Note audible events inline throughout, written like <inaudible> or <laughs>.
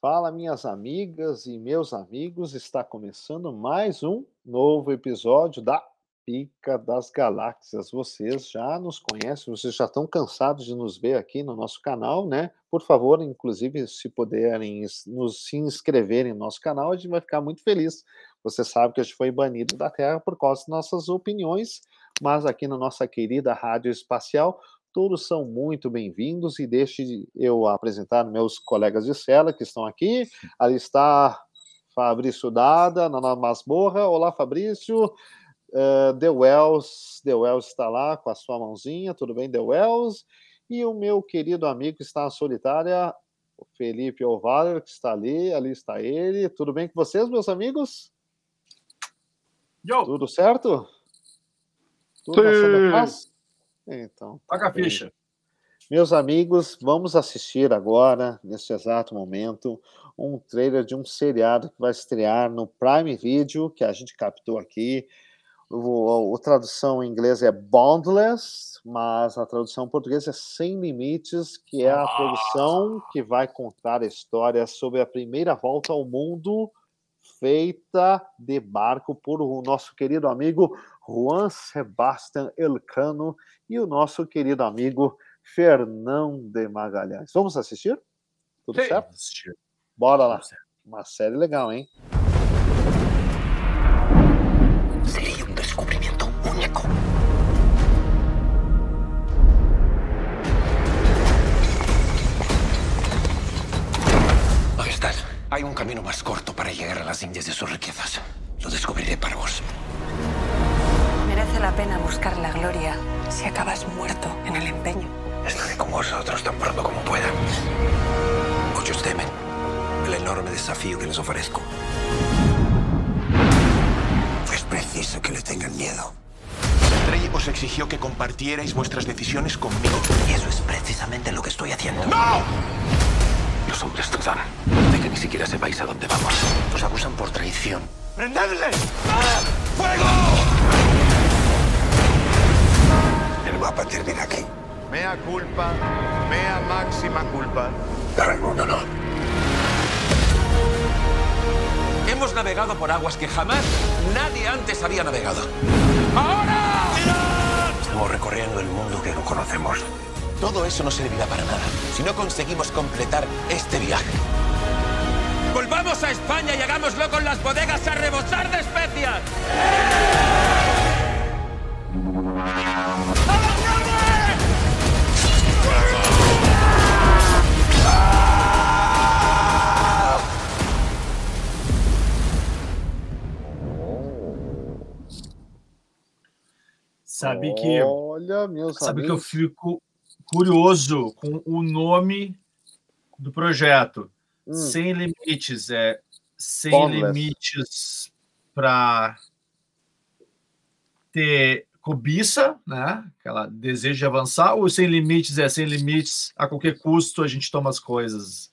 Fala, minhas amigas e meus amigos, está começando mais um novo episódio da Pica das Galáxias. Vocês já nos conhecem, vocês já estão cansados de nos ver aqui no nosso canal, né? Por favor, inclusive, se puderem nos se inscreverem no nosso canal, a gente vai ficar muito feliz. Você sabe que a gente foi banido da Terra por causa das nossas opiniões, mas aqui na nossa querida Rádio Espacial todos são muito bem-vindos e deixe eu apresentar meus colegas de cela que estão aqui. Ali está Fabrício Dada, Naná Masmorra. Olá, Fabrício. Uh, The Wells, The Wells está lá com a sua mãozinha. Tudo bem, The Wells? E o meu querido amigo que está na solitária, Felipe Ovaler, que está ali. Ali está ele. Tudo bem com vocês, meus amigos? Yo. Tudo certo? Tudo na paz? Então, paga a ficha. Meus amigos, vamos assistir agora, neste exato momento, um trailer de um seriado que vai estrear no Prime Video, que a gente captou aqui. O, a, a tradução em inglês é Boundless, mas a tradução em português é Sem Limites, que é a Ah. produção que vai contar a história sobre a primeira volta ao mundo feita de barco por o nosso querido amigo Juan Sebastián Elcano e o nosso querido amigo Fernão de Magalhães. Vamos assistir? Tudo Sim. certo? Bora lá. Tudo certo. Uma série legal, hein? Seria um descobrimento único. Majestad, hay un camino más corto para llegar a las Indias de sus riquezas. Lo descubriré para vos. Merece la pena buscar la gloria si acabas muerto en el empeño. Estaré con vosotros tan pronto como pueda. Muchos temen el enorme desafío que les ofrezco. Es preciso que le tengan miedo. Rey os exigió que compartierais vuestras decisiones conmigo. Y eso es precisamente lo que estoy haciendo. ¡No! Los hombres dudan de que ni siquiera sepáis a dónde vamos. Os acusan por traición. ¡Prendedle! ¡Ah! ¡Fuego! El mapa termina aquí. Mea culpa, mea máxima culpa. Para el mundo no. Hemos navegado por aguas que jamás nadie antes había navegado. ¡Ahora! Estamos recorriendo el mundo que no conocemos. Todo eso no servirá para nada si no conseguimos completar este viaje. ¡Volvamos a España y hagámoslo con las bodegas a rebosar de especias! Sabe que, Olha, meus sabe que eu amigos. fico curioso com o nome do projeto. Hum, Sem limites, é sem Boundless. limites para ter cobiça, né? Aquela desejo de avançar, ou sem limites é sem limites, a qualquer custo a gente toma as coisas.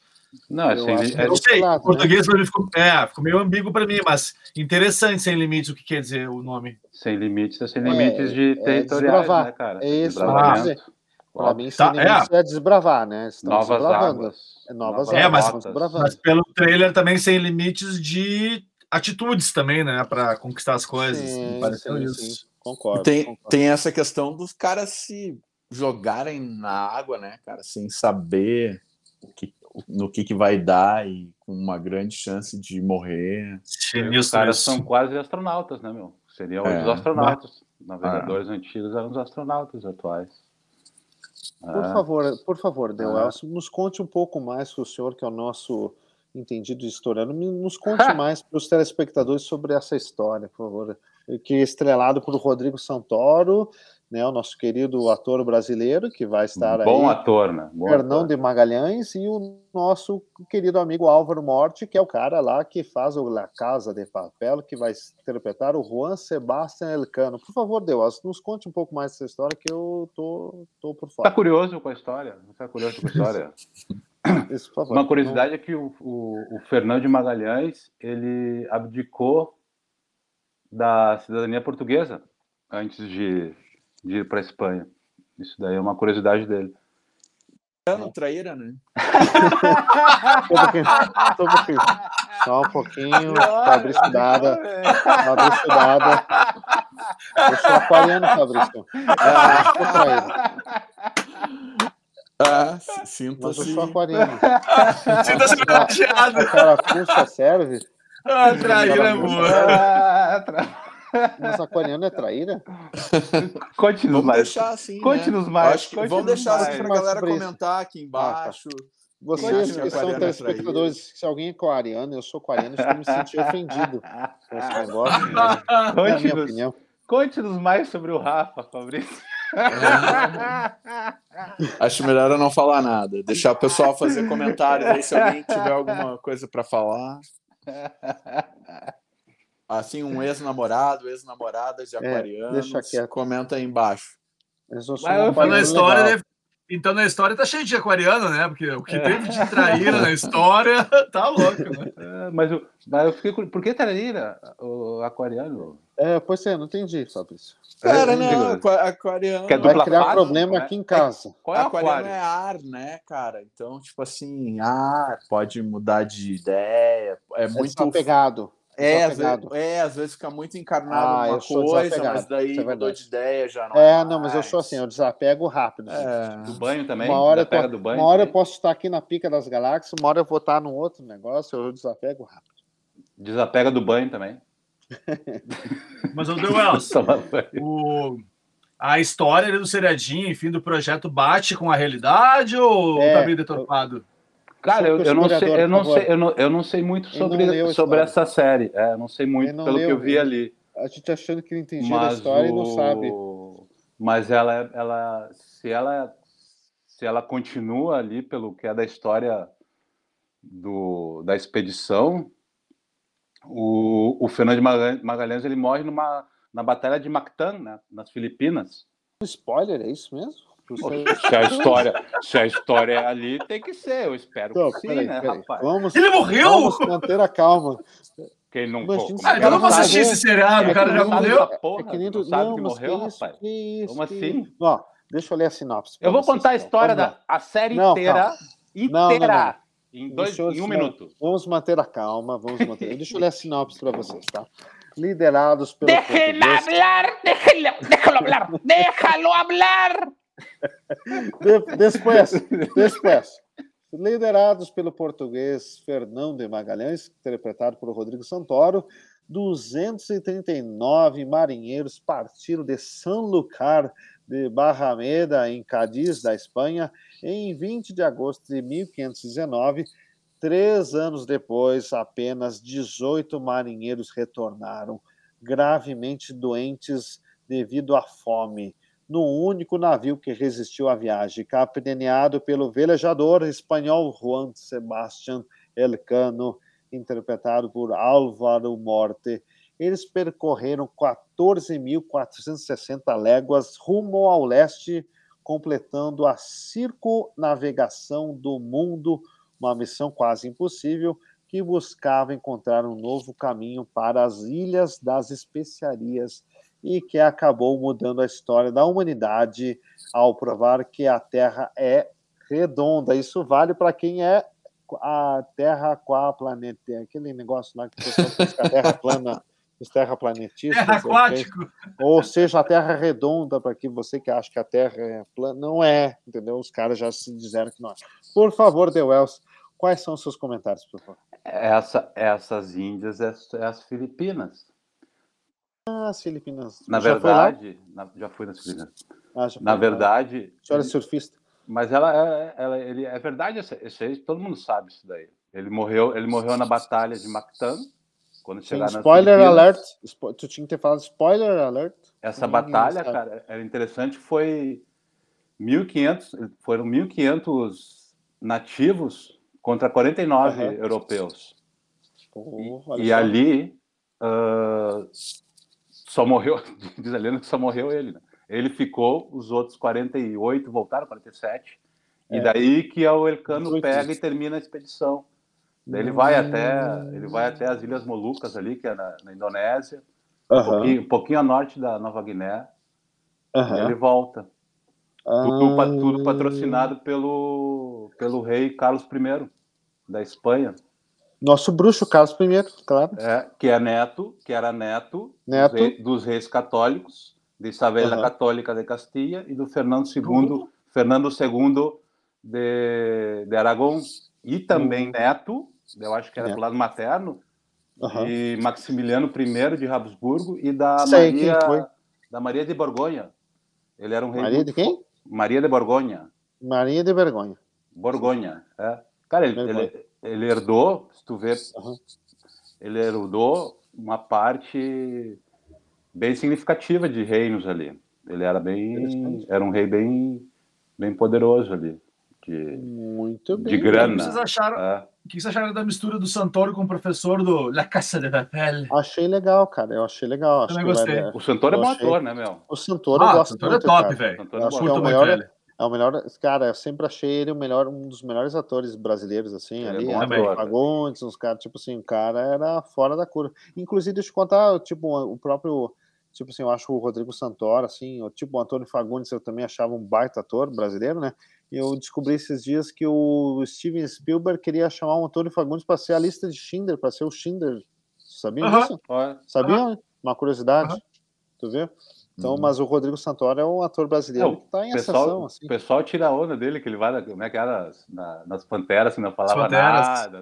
Não, Eu sem, acho li- que é, Eu não sei, claro, em português pra mim ficou, é, ficou meio ambíguo para mim, mas interessante sem limites o que quer dizer o nome. sem limites, é sem É, limites de territoriais, desbravar. né, cara? É isso, Desbravamento. Ah, Para mim, Tá, sem limites é. desbravar, né? Estamos novas desbravando. águas. É novas É, águas. mas- estamos desbravando. Mas pelo trailer também sem limites de atitudes também, né, para conquistar as coisas. Sim, me pareceu sim, isso. sim. Concordo. Tem, concordo. tem essa questão dos caras se jogarem na água, né, cara, sem saber o que, no que, que vai dar e com uma grande chance de morrer. Os Sinistro caras isso. são quase astronautas, né, meu? Seriam hoje É. os astronautas. Navegadores antigos eram os astronautas atuais. Por É. favor, por favor, Del Ah. Elcio, nos conte um pouco mais que o senhor, que é o nosso entendido de historiano, me- nos <laughs> conte mais para os telespectadores sobre essa história, por favor. Que é estrelado por Rodrigo Santoro, né, o nosso querido ator brasileiro, que vai estar Bom aí. ator, né? Bom Fernão ator. de Magalhães e o nosso querido amigo Álvaro Morte, que é o cara lá que faz o La Casa de Papel, que vai interpretar o Juan Sebastián Elcano. Por favor, Deus, nos conte um pouco mais dessa história que eu tô, tô por Tá fora. <laughs> curioso com a história? Tá curioso com a história? Isso, por favor. Uma curiosidade é que o, o, o Fernão de Magalhães ele abdicou da cidadania portuguesa antes de, de ir para a Espanha. Isso daí é uma curiosidade dele. ano, traíra, né? Só um pouquinho, só um pouquinho. Só um pouquinho, Fabrício Dada. Fabrício Dada. Eu sou aquariano, Fabrício. É, Eu não sou traíra, Ah, mas eu sinta-se. sou aquariano. Sinta-se A prateado. carapuça serve? Ah, traíra é boa. Ah, tra- Mas aquariano é traíra? Conte-nos Vamos mais. deixar assim. né? Conte-nos mais. Acho que conte-nos vamos deixar mais. assim pra Mais galera sobre isso. Ah, tá. comentar aqui embaixo. Vocês Quem acha que aquariano são é telespectadores, se alguém é aquariano, eu sou aquariano, estou me sentindo ofendido com esse negócio. mas É a minha Conte-nos opinião. conte-nos mais sobre o Rafa, Fabrício. Acho melhor eu não falar nada. Deixar o pessoal fazer comentários aí se alguém tiver alguma coisa pra falar. Assim, um ex-namorado, ex-namorada de aquarianos. É, deixa quieto. comenta aí embaixo. Mas eu sou Mas um Então eu na aquariano história, legal. deve- então na história tá cheio de aquariano, né? Porque o que teve de traíra na história <laughs> tá louco, né? Ah, Mas eu, mas eu fiquei curioso. Por que Tararira, o aquariano? É, pois é, não entendi, Fabrício. Cara, eu digo- não, aqua- aquariano. Que é Vai dupla criar face, problema né? aqui em casa. Qual é o Aquariano aquário? é ar, né, cara? Então, tipo assim, ar pode mudar de ideia. É É muito. desapegado. É, às vezes, desapegado. é, às vezes fica muito encarnado Ah, numa eu sou coisa, desapegado, mas daí isso é mudou verdade. de ideia já. Não É, não, mas eu mais. sou assim, eu desapego rápido. É. Do banho também? Uma hora, da pega eu, do tô- banho? uma hora eu também? posso estar aqui na pica das galáxias, uma hora eu vou estar num outro negócio, eu desapego rápido. Desapega do banho também. Tá Mas o The <laughs> Wells, Toma banho. o- a história ali do Seriadinho, enfim, do projeto bate com a realidade ou É, tá meio deturpado? Cara, eu, eu não sei, eu não sei, eu não, eu não sei muito Ele não sobre, leu a sobre história. essa série. É, eu não sei muito Ele não pelo que leu, eu vi ele- ali. A gente achando que não entendia a Mas história e não o- sabe. Mas ela, ela, se ela, se ela continua ali pelo que é da história do, da expedição, o, o Fernando de Magalhães- Magalhães ele morre numa na batalha de Mactan, né, nas Filipinas. Spoiler, é isso mesmo? Pô, se a história, se a história é ali, tem que ser. Eu espero Não, que sim, peraí, né, peraí. rapaz? Vamos, Ele morreu? vamos manter a calma. Quem não Imagina pô, como se é Ah, que então eu não ela vou sabe? assistir esse seriado, Ah, o cara já Não sabe morreu. essa porra, É que nem não do... sabe Não, que mas morreu, que isso, rapaz. que isso, Como que assim? isso. Ó, deixa eu ler a sinopse. pra Eu vou vocês, contar a então. história Vamos lá. da a série Não, inteira, Não, não, inteira, em dois, Deixa eu em um ensinar. minuto. Vamos manter a calma, vamos manter. Deixa eu ler a sinopse para vocês, <laughs> tá? Liderados pelo Déjelo português, hablar, déjelo, déjalo hablar, déjalo hablar. De- Depois, depois. Liderados pelo português Fernando de Magalhães, interpretado por Rodrigo Santoro, 239 marinheiros partiram de Sanlúcar de Barrameda, em Cádiz, da Espanha, em 20 de agosto de 1519. Três anos depois, apenas 18 marinheiros retornaram, gravemente doentes devido à fome no único navio que resistiu à viagem, capitaneado pelo velejador espanhol Juan Sebastián Elcano, interpretado por Álvaro Morte. Eles percorreram 14.460 léguas rumo ao leste, completando a circunavegação do mundo, uma missão quase impossível que buscava encontrar um novo caminho para as Ilhas das Especiarias e que acabou mudando a história da humanidade ao provar que a Terra é redonda. Isso vale para quem é a Terra qua planeta, aquele negócio lá que o pessoal pensa que a Terra é plana, os terraplanetistas, Terra ok? aquático. ou seja, a Terra é redonda para que você que acha que a Terra é plana, não é, entendeu? Os caras já se disseram que não é. Por favor, The Wells, quais são os seus comentários, por favor? Essa, essas índias é, é as Filipinas. Ah, as Filipinas. Na Já foi lá? verdade, na- já fui nas Filipinas. Ah, já foi Na lá. verdade, A senhora é surfista. mas ela, ela, ela- ele é verdade isso isso aí, todo mundo sabe isso daí. Ele morreu, ele morreu na batalha de Mactan, quando Sim, chegaram nas spoiler Filipinas. alert. Spo- Tu tinha que ter falado spoiler alert. Essa Ninguém batalha, Uhum, sabe. cara, era interessante, foi 1.500, foram 1.500 nativos contra 49 Aham. europeus. Pô, olha E só. ali ah, só morreu, <laughs> diz a lenda que só morreu ele, né? Ele ficou, os outros 48 voltaram, 47. É. E daí que o Elcano 18. pega e termina a expedição. Daí ele vai até, ele vai até as Ilhas Molucas ali, que é na, na Indonésia, um Aham, Ah. pouquinho, um pouquinho a norte da Nova Guiné, aham. ele volta. Tudo, pa- Ah. tudo patrocinado pelo, pelo rei Carlos I da Espanha, Nosso bruxo, Carlos I, claro. é, que é neto, que era neto, Neto. Dos, rei- dos reis católicos, de Isabel Aham. a Católica de Castilha e do Fernando II, Fernando II de, de Aragão, e também neto, eu acho que era Hum. Neto. do lado materno, Aham. de Maximiliano I de Habsburgo e da Sei quem Maria foi. da Maria de Borgonha. Ele era um rei Maria muito de quem? Maria de Borgonha. Maria de Vergonha. Borgonha. é. Cara, ele, Borgonha. ele, ele herdou, se tu vê, Aham. ele herdou uma parte bem significativa de reinos ali. Ele era bem, Interessante. era um rei bem, bem poderoso ali. De, Muito bem. de grana. Vocês acharam- é. O que vocês acharam da mistura do Santoro com o professor do La Casa de Papel? Achei legal, cara. Eu achei legal. Acho Também que vai gostei. dar- O Santoro é Eu bom achei. ator, né, meu? O Santoro eu Ah, o gosto Santoro é muito, top, cara. velho. Eu Santoro é acho bom. que é Curto o muito maior- ele. É o melhor, cara, eu sempre achei ele o melhor, um dos melhores atores brasileiros, assim, Ele é ali, bom é também. Fagundes, uns caras, tipo assim, o cara era fora da cura. Inclusive, deixa eu contar, tipo, o próprio, tipo assim, eu acho o Rodrigo Santoro, assim, o, tipo, o Antônio Fagundes, eu também achava um baita ator brasileiro, né? E eu descobri esses dias que o Steven Spielberg queria chamar o Antônio Fagundes para ser a lista de Schindler, para ser o Schindler, sabiam Aham. disso? Olha, Sabia? Uma curiosidade, Aham. tu vê? Então, mas o Rodrigo Santoro é um ator brasileiro É, o que tá em O Uhum. pessoal, ascensão, assim. o pessoal tira a onda dele, que ele vai, na- como é que era, na- nas panteras, que não falava Panteras. nada, né?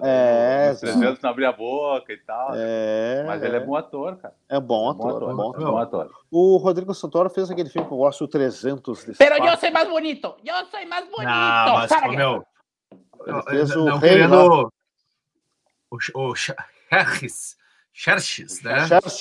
É, nos 300 não abria a boca e tal. É, Mas ele é bom ator, cara. é bom ator. bom ator, né? bom ator. bom ator. O Rodrigo Santoro fez aquele filme que eu gosto, o 300 de Pero Esparta. yo soy más bonito. Yo soy más bonito. Ah, mas, Para ô, que- meu. Ele fez o não rei querendo. O, Ch- o Ch- Xerxes. Xerxes, né? Xerxes.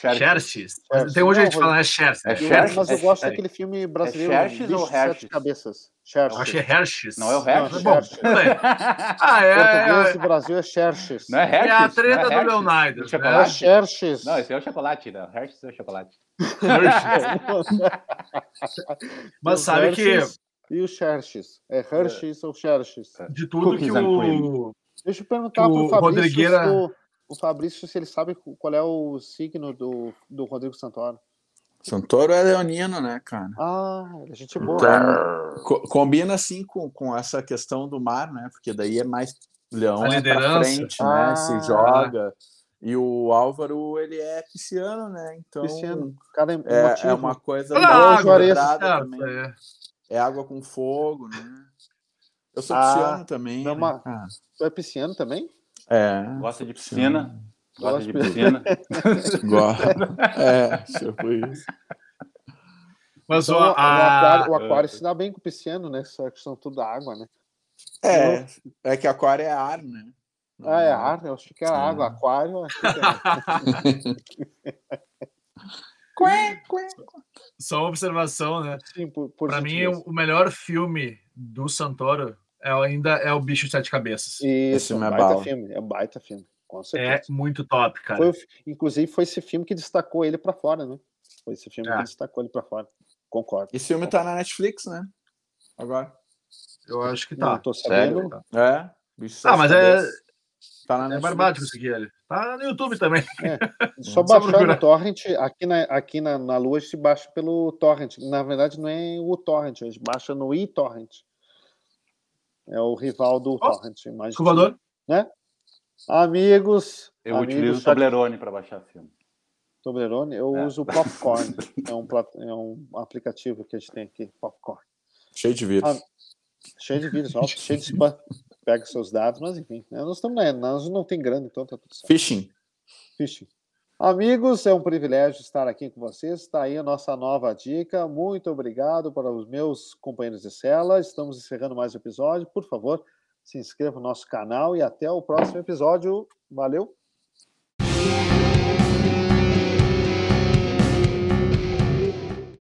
Xerxes. Xerxes. Tem hoje a gente Não, fala, né? Xerxes. É Eu- Xerxes? Mas eu É gosto Xerxes. daquele filme brasileiro. Xerxes ou Bicho de Sete Xerxes? Cabeças. Eu acho que Xerxes. é Hershey's. Não é o Hershey's. Bom, Hershey's. tudo <laughs> bem. Ah, é, Português é, do Brasil é Xerxes. Não é é, Hershey? é a treta não do né? Hershey's? Leonardo. Do É chocolate? Xerxes. Não, esse é o chocolate, né? Hershey's é o chocolate. Hershey's. É Mas O sabe que Xerxes E o Xerxes. É Hershey's ou Xerxes? de tudo que Cookies and o. Deixa eu perguntar O pro Fabrício Rodrigueira- se o, o Fabrício se ele sabe qual é o signo do, do Rodrigo Santoro. Santoro é leonino, né, cara? Ah, gente boa. Então, co- combina assim com, com essa questão do mar, né? Porque daí é mais leão A é pra liderança. frente, Ah. né? Se joga. E o Álvaro, ele é pisciano, né? Então Pisciano. O cara é, é, emotivo. é uma coisa Olha Boa, a mais água, Juarez. equilibrada Tá certo, também. é. É água com fogo, né? Eu sou Ah, pisciano também. não, né, mas- cara? Tu é pisciano também? É. Gosta de piscina. Gosta de Gosto. piscina. <laughs> Gosto. É, tipo isso. Mas Então, ó, o, aquário, a... Ah, é. o aquário se dá bem com o pisciano, né? Só que são tudo água, né? É, é que aquário é ar, né? Ah, é ar, eu acho que é Ah. água. Aquário, eu acho que é. Quê, quê. só uma observação, né? Sim, por, por Pra mim, gentileza. o o melhor filme do Santoro é, ainda é O Bicho de Sete Cabeças. Isso, é um filme é baita bala. filme. É um baita filme, com É certeza. muito top, cara. Foi o fi- inclusive, foi esse filme que destacou ele pra fora, né? Foi esse filme É. que destacou ele pra fora. Concordo. Esse filme tá na Netflix, né? Agora. Eu acho que Não tá. tô sabendo. É. Bicho Ah, mas é- Cabeça. Tá na É Netflix. barbático conseguir ele. Tá no YouTube também. Só Só baixar procurar. no torrent, aqui na, aqui na, na Lua a gente baixa pelo torrent. Na verdade, não é o torrent, a gente baixa no iTorrent. É o rival do torrent. imagina. Desculpador. Amigos, <laughs> Eu amigos, utilizo o chat- Toblerone para baixar filme. Toblerone, eu É. uso o Popcorn. É um, plat- é um aplicativo que a gente tem aqui, Popcorn. Cheio de vírus. Ah, Cheio de vírus, ó, cheio de spam. Pega seus dados, mas enfim, né, nós estamos na nós não tem grana, então tá tudo certo. Fishing. Fishing. Amigos, é um privilégio estar aqui com vocês. Está aí a nossa nova dica. Muito obrigado para os meus companheiros de cela. Estamos encerrando mais um episódio. Por favor, se inscreva no nosso canal e até o próximo episódio. Valeu!